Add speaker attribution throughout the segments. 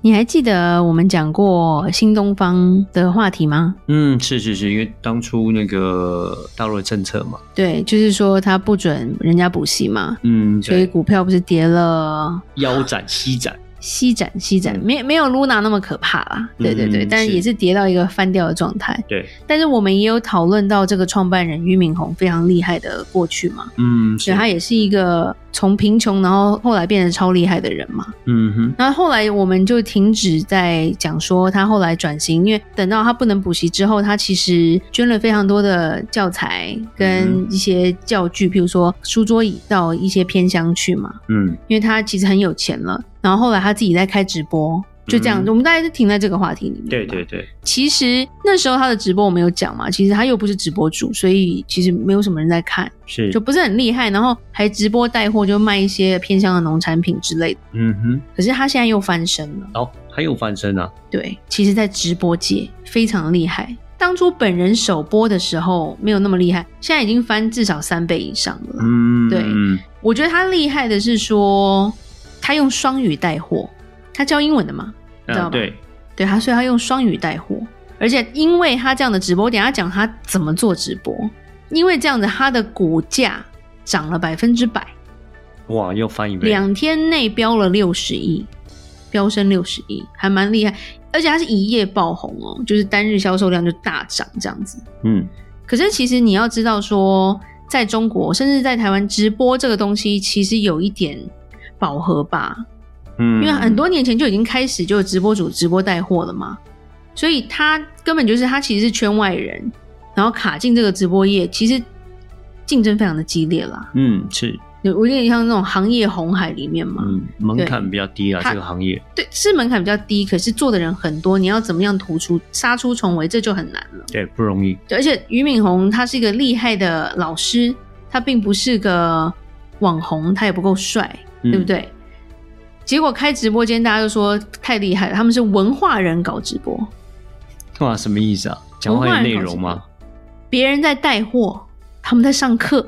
Speaker 1: 你还记得我们讲过新东方的话题吗？
Speaker 2: 嗯，是是是，因为当初那个大陆的政策嘛，
Speaker 1: 对，就是说他不准人家补习嘛，
Speaker 2: 嗯，
Speaker 1: 所以，股票不是跌了
Speaker 2: 腰斩、膝斩，
Speaker 1: 西展西展，没没有 Luna 那么可怕啦。对对对，
Speaker 2: 嗯
Speaker 1: 但
Speaker 2: 是
Speaker 1: 也是跌到一个翻掉的状态。
Speaker 2: 对，
Speaker 1: 但是我们也有讨论到这个创办人俞敏洪非常厉害的过去嘛，
Speaker 2: 嗯，
Speaker 1: 所以他也是一个从贫穷然后后来变得超厉害的人嘛。
Speaker 2: 嗯哼，
Speaker 1: 那后来我们就停止在讲说他后来转型，因为等到他不能补习之后，他其实捐了非常多的教材跟一些教具，譬如说书桌椅到一些偏乡去嘛，
Speaker 2: 嗯
Speaker 1: 因为他其实很有钱了。然后后来他自己在开直播，就这样，
Speaker 2: 嗯
Speaker 1: 我们大概是停在这个话题里面。
Speaker 2: 对对。对，
Speaker 1: 其实那时候他的直播我们有讲嘛，其实他又不是直播主，所以其实没有什么人在看，
Speaker 2: 是
Speaker 1: 就，不是很厉害。然后还直播带货，就卖一些偏向的农产品之类的。
Speaker 2: 嗯哼，
Speaker 1: 可是他现在又翻身了，
Speaker 2: 哦，还有翻身啊，
Speaker 1: 对，其实，在直播界非常厉害。当初本人首播的时候没有那么厉害，现在已经翻至少三倍以上了。
Speaker 2: 嗯，
Speaker 1: 对我觉得他厉害的是说，他用双语带货，他教英文的嘛，知道
Speaker 2: 啊
Speaker 1: 吧
Speaker 2: 对，
Speaker 1: 对他，所以他用双语带货，而且因为他这样的直播，我等一下讲他怎么做直播，因为这样子他的股价涨了百分之百，
Speaker 2: 哇，又翻一倍，
Speaker 1: 两天内飙了六十亿，飙升六十亿，还蛮厉害，而且它是一夜爆红哦，就是单日销售量就大涨这样子。
Speaker 2: 嗯，
Speaker 1: 可是其实你要知道说，在中国甚至在台湾，直播这个东西其实有一点饱和吧，
Speaker 2: 嗯，
Speaker 1: 因为很多年前就已经开始就有直播主直播带货了嘛，所以他根本就是他其实是圈外人，然后卡进这个直播业，其实竞争非常的激烈啦。
Speaker 2: 嗯是，
Speaker 1: 有有点像那种行业红海里面嘛，
Speaker 2: 嗯，门槛比较低啊，
Speaker 1: 它
Speaker 2: 这个行业，
Speaker 1: 对，是门槛比较低，可是做的人很多，你要怎么样突出、杀出重围，这就很难了。
Speaker 2: 对，不容易，
Speaker 1: 对，而且俞敏洪他是一个厉害的老师，他并不是个网红，他也不够帅，
Speaker 2: 嗯
Speaker 1: 对不？对？结果开直播间，大家就说太厉害了，他们是文化人搞直播，
Speaker 2: 哇，什么意思啊？讲话有内容吗
Speaker 1: 别人在带货，他们在上课。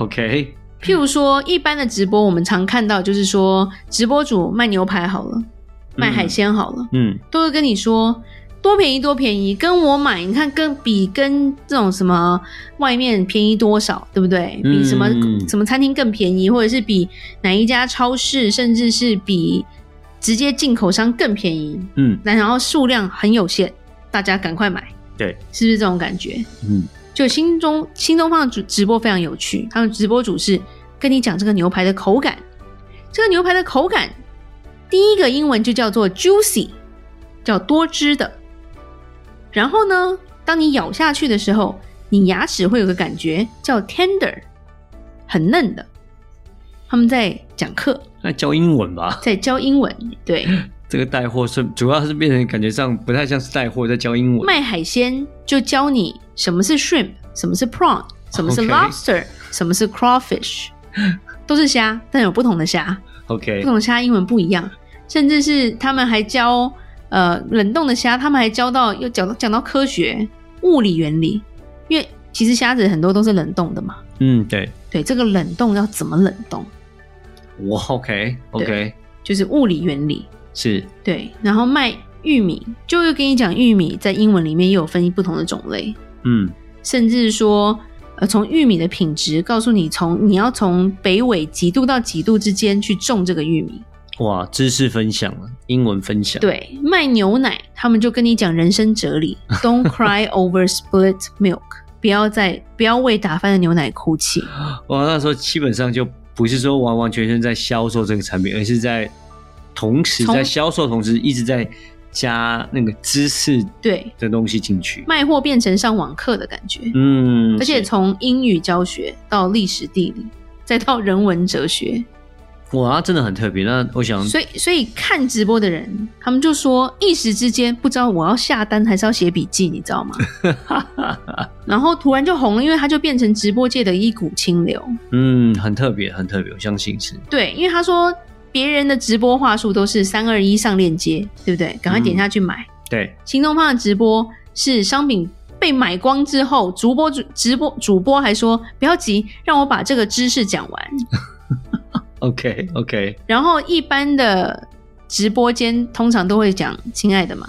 Speaker 2: ？OK，
Speaker 1: 譬如说，一般的直播我们常看到，就是说直播主卖牛排好了，卖海鲜好了，
Speaker 2: 嗯
Speaker 1: 都会跟你说多便宜多便宜，跟我买，你看跟比跟这种什么外面便宜多少，对不对？
Speaker 2: 嗯
Speaker 1: 比什么、什么餐厅更便宜，或者是比哪一家超市，甚至是比直接进口商更便宜，
Speaker 2: 嗯
Speaker 1: 那然后数量很有限，大家赶快买，
Speaker 2: 对，
Speaker 1: 是不是这种感觉？
Speaker 2: 嗯，
Speaker 1: 就新中新东方的主直播非常有趣，他们直播主是跟你讲这个牛排的口感，这个牛排的口感，第一个英文就叫做 juicy，叫多汁的。然后呢，当你咬下去的时候，你牙齿会有个感觉叫 tender，很嫩的。他们在讲课，
Speaker 2: 那教英文吧。
Speaker 1: 在教英文，对，
Speaker 2: 这个带货是主要是变成感觉上不太像是带货，在教英文。
Speaker 1: 卖海鲜就教你什么是 shrimp，什么是 prawn，什么是
Speaker 2: OK
Speaker 1: lobster，、什么是 crawfish，都是虾，但有不同的虾，
Speaker 2: OK，
Speaker 1: 不同的虾英文不一样，甚至是他们还教呃冷冻的虾，他们还教到又讲到讲到科学物理原理，因为其实虾子很多都是冷冻的嘛，
Speaker 2: 嗯，对，
Speaker 1: 对，这个冷冻要怎么冷冻，
Speaker 2: 我 OK OK
Speaker 1: 就是物理原理，
Speaker 2: 是，
Speaker 1: 对，然后卖玉米，就又跟你讲玉米在英文里面又有分不同的种类，
Speaker 2: 嗯
Speaker 1: 甚至说，呃，从玉米的品质告诉你从你要从北纬几度到几度之间去种这个玉米。
Speaker 2: 哇，知识分享了，英文分享，，
Speaker 1: 对，卖牛奶他们就跟你讲人生哲 理，Don't cry over split milk，不要再不要为打翻的牛奶哭泣。
Speaker 2: 哇，那时候基本上就不是说完完全全在销售这个产品，而是在同时
Speaker 1: 从
Speaker 2: 在销售同时一直在加那个知识
Speaker 1: 对，
Speaker 2: 的东西进去。
Speaker 1: 卖货变成上网课的感觉，
Speaker 2: 嗯，
Speaker 1: 而且
Speaker 2: 是
Speaker 1: 从英语教学到历史地理，再到人文哲学，
Speaker 2: 哇，真的很特别。那我想，
Speaker 1: 所以所以看直播的人，他们就说一时之间不知道我要下单还是要写笔记，你知道吗？然后突然就红了，因为他就变成直播界的一股清流。
Speaker 2: 嗯，很特别，很特别，我相信是。
Speaker 1: 对，因为他说别人的直播话术都是三二一上链接，对不对？赶快点下去买。
Speaker 2: 对，
Speaker 1: 行动方的直播是商品被买光之后，主播主直播主播还说不要急，让我把这个知识讲完。
Speaker 2: OK OK，
Speaker 1: 然后一般的直播间通常都会讲“亲爱的”嘛，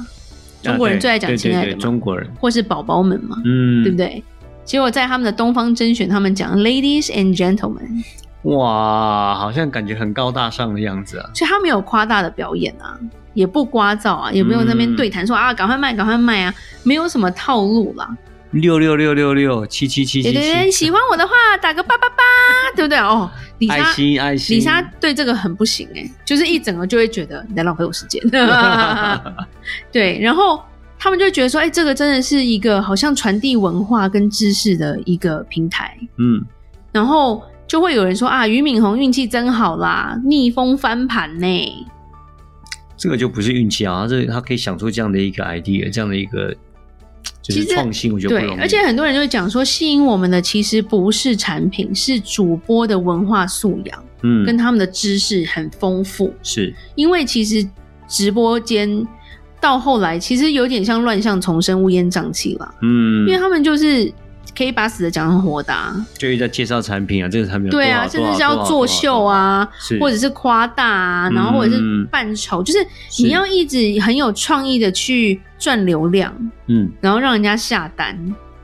Speaker 1: 中国人最爱讲
Speaker 2: 啊对对
Speaker 1: 亲爱的
Speaker 2: 对
Speaker 1: 嘛
Speaker 2: 中国人，
Speaker 1: 或是“宝宝们”嘛，
Speaker 2: 嗯，
Speaker 1: 对不对？结果在他们的东方甄选，他们讲 “ladies and gentlemen”，
Speaker 2: 哇，好像感觉很高大上的样子啊。
Speaker 1: 所以他没有夸大的表演啊，也不聒噪啊，也没有那边对
Speaker 2: 嗯
Speaker 1: 谈说、啊赶快卖赶快卖啊，没有什么套路啦。
Speaker 2: 六六六六六七七七
Speaker 1: 对
Speaker 2: 七
Speaker 1: 对对，
Speaker 2: 七，
Speaker 1: 喜欢我的话打个八八八，对不对？哦，李
Speaker 2: 爱
Speaker 1: 莎，
Speaker 2: 心爱心。
Speaker 1: 李莎对这个很不行哎、就是一整个就会觉得你在浪费我时 间。对，然后他们就觉得说，哎、这个真的是一个好像传递文化跟知识的一个平台。
Speaker 2: 嗯，
Speaker 1: 然后就会有人说啊，俞敏洪运气真好啦，逆风翻盘呢、
Speaker 2: 这个就不是运气啊，这他可以想出这样的一个 idea，这样的一个就
Speaker 1: 其
Speaker 2: 是
Speaker 1: 实
Speaker 2: 创新，我觉得不
Speaker 1: 对
Speaker 2: 容，易。
Speaker 1: 而且很多人就会讲说，吸引我们的其实不是产品，是主播的文化素养跟
Speaker 2: 嗯，
Speaker 1: 他们的知识很丰富。
Speaker 2: 是
Speaker 1: 因为其实直播间到后来其实有点像乱象丛生、乌烟瘴气啦，
Speaker 2: 嗯
Speaker 1: 因，为他们就是可以把死的讲成活的、啊，
Speaker 2: 就一直在介绍产品啊，这个产品有
Speaker 1: 对啊，
Speaker 2: 多
Speaker 1: 甚
Speaker 2: 好
Speaker 1: 至是要作秀，啊，或者是夸大啊，
Speaker 2: 嗯
Speaker 1: 然后或者是扮丑，就是
Speaker 2: 是
Speaker 1: 你要一直很有创意的去赚流量，
Speaker 2: 多好多好多好嗯，
Speaker 1: 然后让人家下单。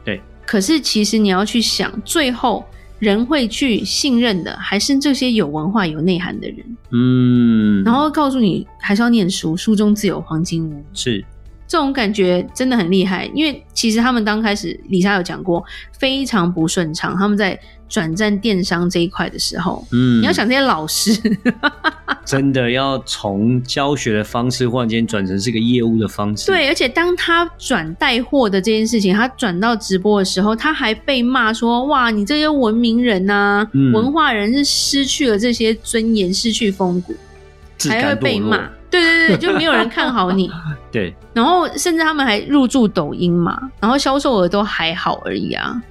Speaker 2: 对，
Speaker 1: 可是其实你要去想，最后人会去信任的，还是这些有文化、有内涵的人。
Speaker 2: 嗯，
Speaker 1: 然后告诉你，还是要念书，书中自有黄金屋。
Speaker 2: 是
Speaker 1: 这种感觉真的很厉害，因为其实他们刚开始，李莎有讲过，非常不顺畅。他们在转战电商这一块的时候，
Speaker 2: 嗯，
Speaker 1: 你要想这些 老师，
Speaker 2: 真的要从教学的方式，忽然间转成是个业务的方式，，
Speaker 1: 对，而且当他转带货的这件事情，他转到直播的时候，他还被骂说：“哇，你这些文明人呐、
Speaker 2: 嗯
Speaker 1: 文化人是失去了这些尊严，失去风骨，
Speaker 2: 质
Speaker 1: 还会
Speaker 2: 感
Speaker 1: 被
Speaker 2: 堕
Speaker 1: 骂
Speaker 2: 落，。”
Speaker 1: 对对 对，就没有人看好你。
Speaker 2: 对，
Speaker 1: 然后甚至他们还入驻抖音嘛，然后销售额都还好而已啊，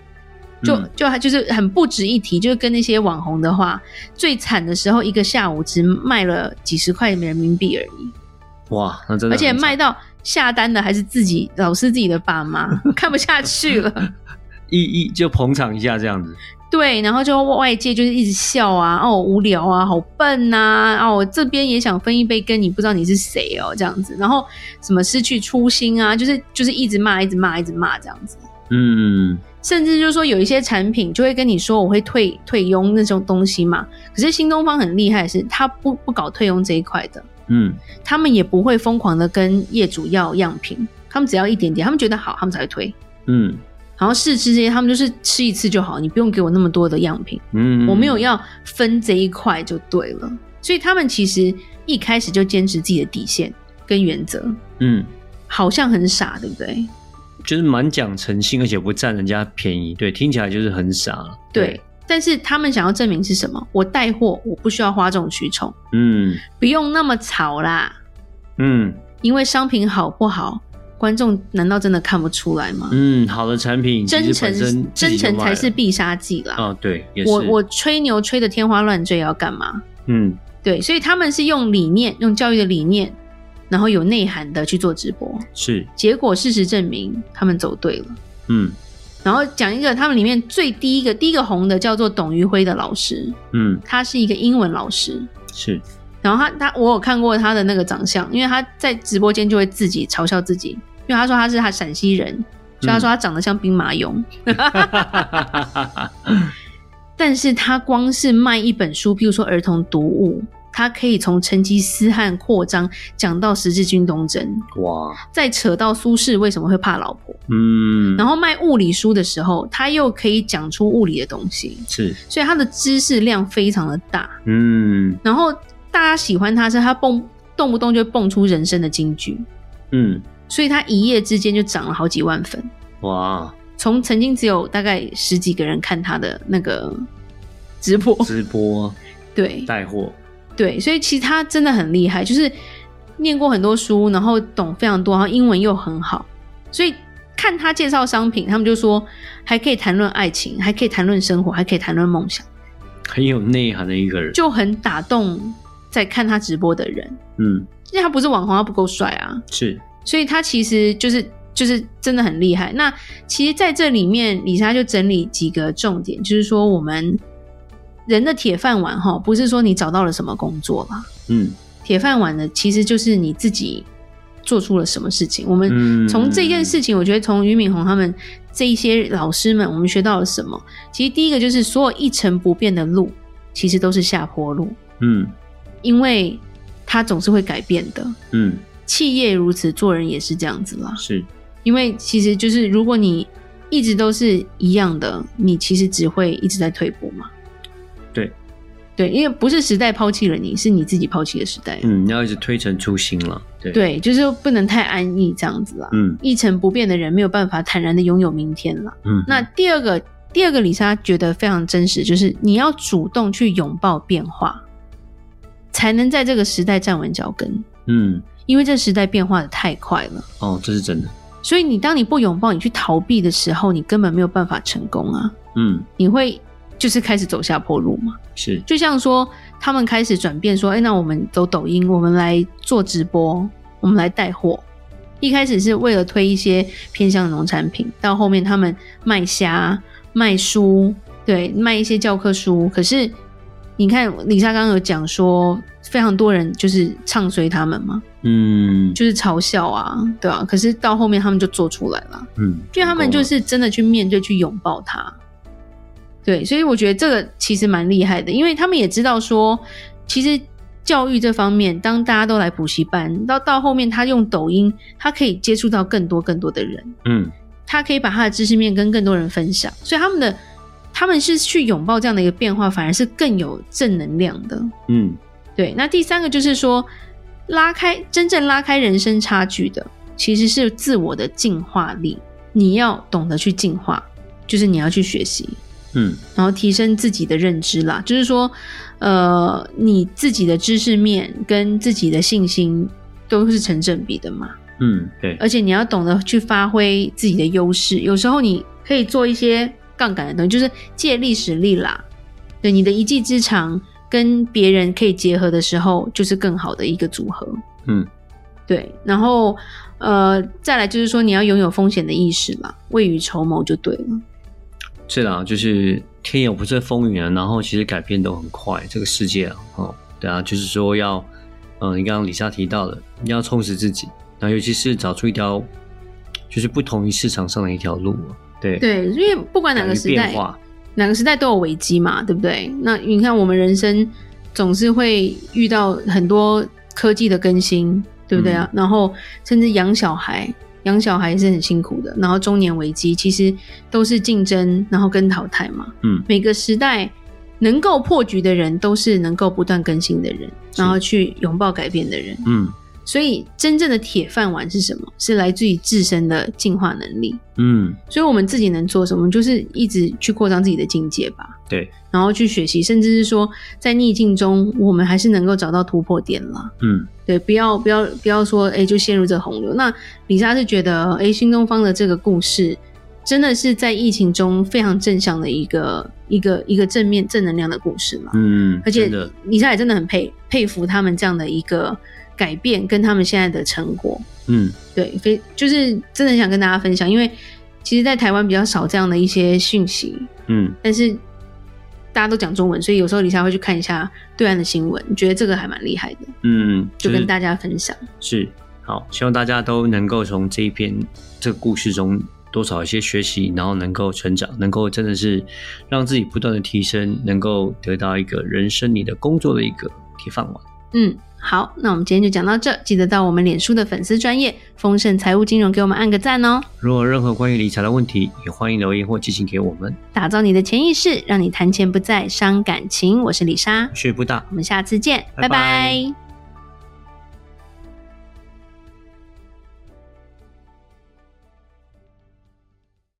Speaker 1: 就、
Speaker 2: 嗯
Speaker 1: 就还就是很不值一提，就是跟那些网红的话，最惨的时候一个下午只卖了几十块人民币而已，
Speaker 2: 哇，那真的
Speaker 1: 而
Speaker 2: 很惨，
Speaker 1: 且卖到下单的还是自己老师自己的爸妈， 看不下去了。
Speaker 2: 一一就捧场一下这样子，
Speaker 1: 对，然后就外界就是一直笑啊，哦无聊啊，好笨呐、啊，哦我这边也想分一杯羹，你不知道你是谁哦，这样子，然后什么失去初心啊，就是就是一直骂，一直骂，一直骂这样子。
Speaker 2: 嗯，
Speaker 1: 甚至就是说有一些产品就会跟你说我会退退佣那种东西嘛。可是新东方很厉害的是，他不不搞退佣这一块的，
Speaker 2: 嗯，
Speaker 1: 他们也不会疯狂的跟业主要样品，他们只要一点点，他们觉得好，他们才会推。
Speaker 2: 嗯，
Speaker 1: 然后试吃这些，他们就是吃一次就好，你不用给我那么多的样品，
Speaker 2: 嗯，
Speaker 1: 我没有，要分这一块就对了。所以他们其实一开始就坚持自己的底线跟原则，
Speaker 2: 嗯，
Speaker 1: 好像很傻，对不对？
Speaker 2: 就是蛮讲诚信，而且不占人家便宜，对，听起来就是很傻了，
Speaker 1: 对，，但是他们想要证明是什么？我带货，我不需要哗众取宠，
Speaker 2: 嗯
Speaker 1: 不用那么吵啦。
Speaker 2: 嗯
Speaker 1: 因为商品好不好，观众难道真的看不出来吗？
Speaker 2: 嗯，好的产品其
Speaker 1: 真
Speaker 2: 实本
Speaker 1: 诚
Speaker 2: 身，自己
Speaker 1: 真
Speaker 2: 就
Speaker 1: 诚
Speaker 2: 卖
Speaker 1: 才
Speaker 2: 了
Speaker 1: 是必杀技啦。
Speaker 2: 啊，对，也是，
Speaker 1: 我我吹牛吹的天花乱坠要干嘛？
Speaker 2: 嗯
Speaker 1: 对，所以他们是用理念，用教育的理念，然后有内涵的去做直播。
Speaker 2: 是，
Speaker 1: 结果事实证明，他们走对了。
Speaker 2: 嗯
Speaker 1: 然后讲一个，他们里面最第一个第一个红的叫做董于辉的老师，
Speaker 2: 嗯
Speaker 1: 他是一个英文老师，
Speaker 2: 是，
Speaker 1: 然后他他我有看过他的那个长相，因为他在直播间就会自己嘲笑自己，因为他说他是他陕西人，所以他说他长得像兵马俑。但是他光是卖一本书，譬如说儿童读物，他可以从成吉思汗扩张讲到十字军东征，
Speaker 2: 哇，
Speaker 1: 再扯到苏轼为什么会怕老婆，
Speaker 2: 嗯，
Speaker 1: 然
Speaker 2: 后
Speaker 1: 后卖物理书的时候，他又可以讲出物理的东西，
Speaker 2: 是，
Speaker 1: 所以他的知识量非常的大。
Speaker 2: 嗯
Speaker 1: 然后大家喜欢他是他蹦动不动就蹦出人生的金句，
Speaker 2: 嗯，
Speaker 1: 所以他一夜之间就涨了好几万粉。
Speaker 2: 哇，
Speaker 1: 从曾经只有大概十几个人看他的那个直播，
Speaker 2: 直播
Speaker 1: 对
Speaker 2: 带货，
Speaker 1: 对，所以其实他真的很厉害，就是念过很多书，然后懂非常多，然后英文又很好，所以看他介绍商品，他们就说还可以谈论爱情，还可以谈论生活，还可以谈论梦想，
Speaker 2: 很有内涵的一个人。
Speaker 1: 就很打动在看他直播的人。
Speaker 2: 嗯，
Speaker 1: 因为他不是网红，他不够帅啊，
Speaker 2: 是
Speaker 1: 所以他其实就是就是真的很厉害。那其实在这里面，李莎就整理几个重点，就是说我们人的铁饭碗哈，不是说你找到了什么工作啦，
Speaker 2: 嗯
Speaker 1: 铁饭碗的其实就是你自己做出了什么事情。我们
Speaker 2: 嗯，
Speaker 1: 从这件事情，我觉得从俞敏洪他们这一些老师们，我们学到了什么？其实第一个就是所有一成不变的路，其实都是下坡路，
Speaker 2: 嗯
Speaker 1: 因为它总是会改变的。
Speaker 2: 嗯
Speaker 1: 企业如此，做人也是这样子啦。
Speaker 2: 是
Speaker 1: 因为其实就是如果你一直都是一样的，你其实只会一直在退步嘛。
Speaker 2: 对，
Speaker 1: 对，因为不是时代抛弃了你，是你自己抛弃了时代。
Speaker 2: 嗯，你要一直推陈出新了，对，
Speaker 1: 对，就是不能太安逸这样子啦。
Speaker 2: 嗯
Speaker 1: 一成不变的人没有办法坦然的拥有明天啦。
Speaker 2: 嗯，
Speaker 1: 那第二个，第二个李莎觉得非常真实，就是你要主动去拥抱变化，才能在这个时代站稳脚跟。
Speaker 2: 嗯
Speaker 1: 因为这时代变化的太快了，
Speaker 2: 哦，这是真的，
Speaker 1: 所以你当你不拥抱、你去逃避的时候，你根本没有办法成功啊！
Speaker 2: 嗯
Speaker 1: 你会就是开始走下坡路嘛。
Speaker 2: 是
Speaker 1: 就像说，他们开始转变，说：“哎、那我们走抖音，我们来做直播，我们来带货。”一开始是为了推一些偏向农产品，到后面他们卖虾、卖书，对，卖一些教科书。可是你看，李莎刚刚有讲说，非常多人就是唱衰他们嘛，
Speaker 2: 嗯
Speaker 1: 就是嘲笑啊，对啊。可是到后面他们就做出来了。
Speaker 2: 嗯，
Speaker 1: 因为他们就是真的去面对、去拥抱它。对，所以我觉得这个其实蛮厉害的，因为他们也知道说，其实教育这方面，当大家都来补习班，到到后面他用抖音，他可以接触到更多更多的人，
Speaker 2: 嗯
Speaker 1: 他可以把他的知识面跟更多人分享，所以他们的他们是去拥抱这样的一个变化，反而是更有正能量的。
Speaker 2: 嗯
Speaker 1: 对，那第三个就是说，拉开真正拉开人生差距的，其实是自我的进化力。你要懂得去进化，就是你要去学习，
Speaker 2: 嗯
Speaker 1: 然后提升自己的认知啦。就是说，呃，你自己的知识面跟自己的信心都是成正比的嘛。
Speaker 2: 嗯对，
Speaker 1: 而且你要懂得去发挥自己的优势。有时候你可以做一些杠杆的东西，就是借力使力啦。对，你的一技之长跟别人可以结合的时候，就是更好的一个组合。
Speaker 2: 嗯
Speaker 1: 对，然后呃，再来就是说你要拥有风险的意识嘛，未雨绸缪就对了。
Speaker 2: 是啦，就是天有不测风云啊，然后其实改变都很快，这个世界啊，哦，对啊，就是说要，嗯、你刚刚李莎提到的，你要充实自己，然后尤其是找出一条，就是不同于市场上的一条路啊，对，
Speaker 1: 对，因为不管哪
Speaker 2: 敢于
Speaker 1: 个时
Speaker 2: 变
Speaker 1: 代，
Speaker 2: 化，
Speaker 1: 哪个时代都有危机嘛，对不对？那你看我们人生总是会遇到很多科技的更新，对不对
Speaker 2: 嗯
Speaker 1: 啊？然后甚至养小孩，养小孩也是很辛苦的。然后中年危机其实都是竞争，然后跟淘汰嘛。
Speaker 2: 嗯
Speaker 1: 每个时代能够破局的人，都是能够不断更新的人，
Speaker 2: 是
Speaker 1: 然后去拥抱改变的人。
Speaker 2: 嗯
Speaker 1: 所以真正的铁饭碗是什么？是来自于自身的进化能力。
Speaker 2: 嗯，
Speaker 1: 所以我们自己能做什么，就是一直去扩张自己的境界吧。
Speaker 2: 对，
Speaker 1: 然后去学习，甚至是说在逆境中，我们还是能够找到突破点啦。
Speaker 2: 嗯
Speaker 1: 对，不要不要不要说，哎、就陷入这洪流。那李莎是觉得，哎、新东方的这个故事真的是在疫情中非常正向的一个一个一个正面正能量的故事嘛。
Speaker 2: 嗯，
Speaker 1: 而且
Speaker 2: 真的，
Speaker 1: 李莎也真的很佩佩服他们这样的一个改变，跟他们现在的成果。
Speaker 2: 嗯
Speaker 1: 对，非就是真的很想跟大家分享，因为其实，在台湾比较少这样的一些讯息，
Speaker 2: 嗯
Speaker 1: 但是大家都讲中文，所以有时候李莎会去看一下对岸的新闻，觉得这个还蛮厉害的，
Speaker 2: 嗯，
Speaker 1: 就是跟大家分享。
Speaker 2: 是好，希望大家都能够从这一篇这个故事中多少有一些学习，然后能够成长，能够真的是让自己不断的提升，能够得到一个人生你的工作的一个铁饭碗。
Speaker 1: 嗯，好，那我们今天就讲到这，记得到我们脸书的粉丝专业丰盛财务金融给我们按个赞哦，
Speaker 2: 如果有任何关于理财的问题，也欢迎留言或寄信给我们。
Speaker 1: 打造你的潜意识，让你谈钱不再伤感情。我是李莎
Speaker 2: 我，是布大，
Speaker 1: 我们下次见，拜
Speaker 2: 拜
Speaker 1: 拜
Speaker 2: 拜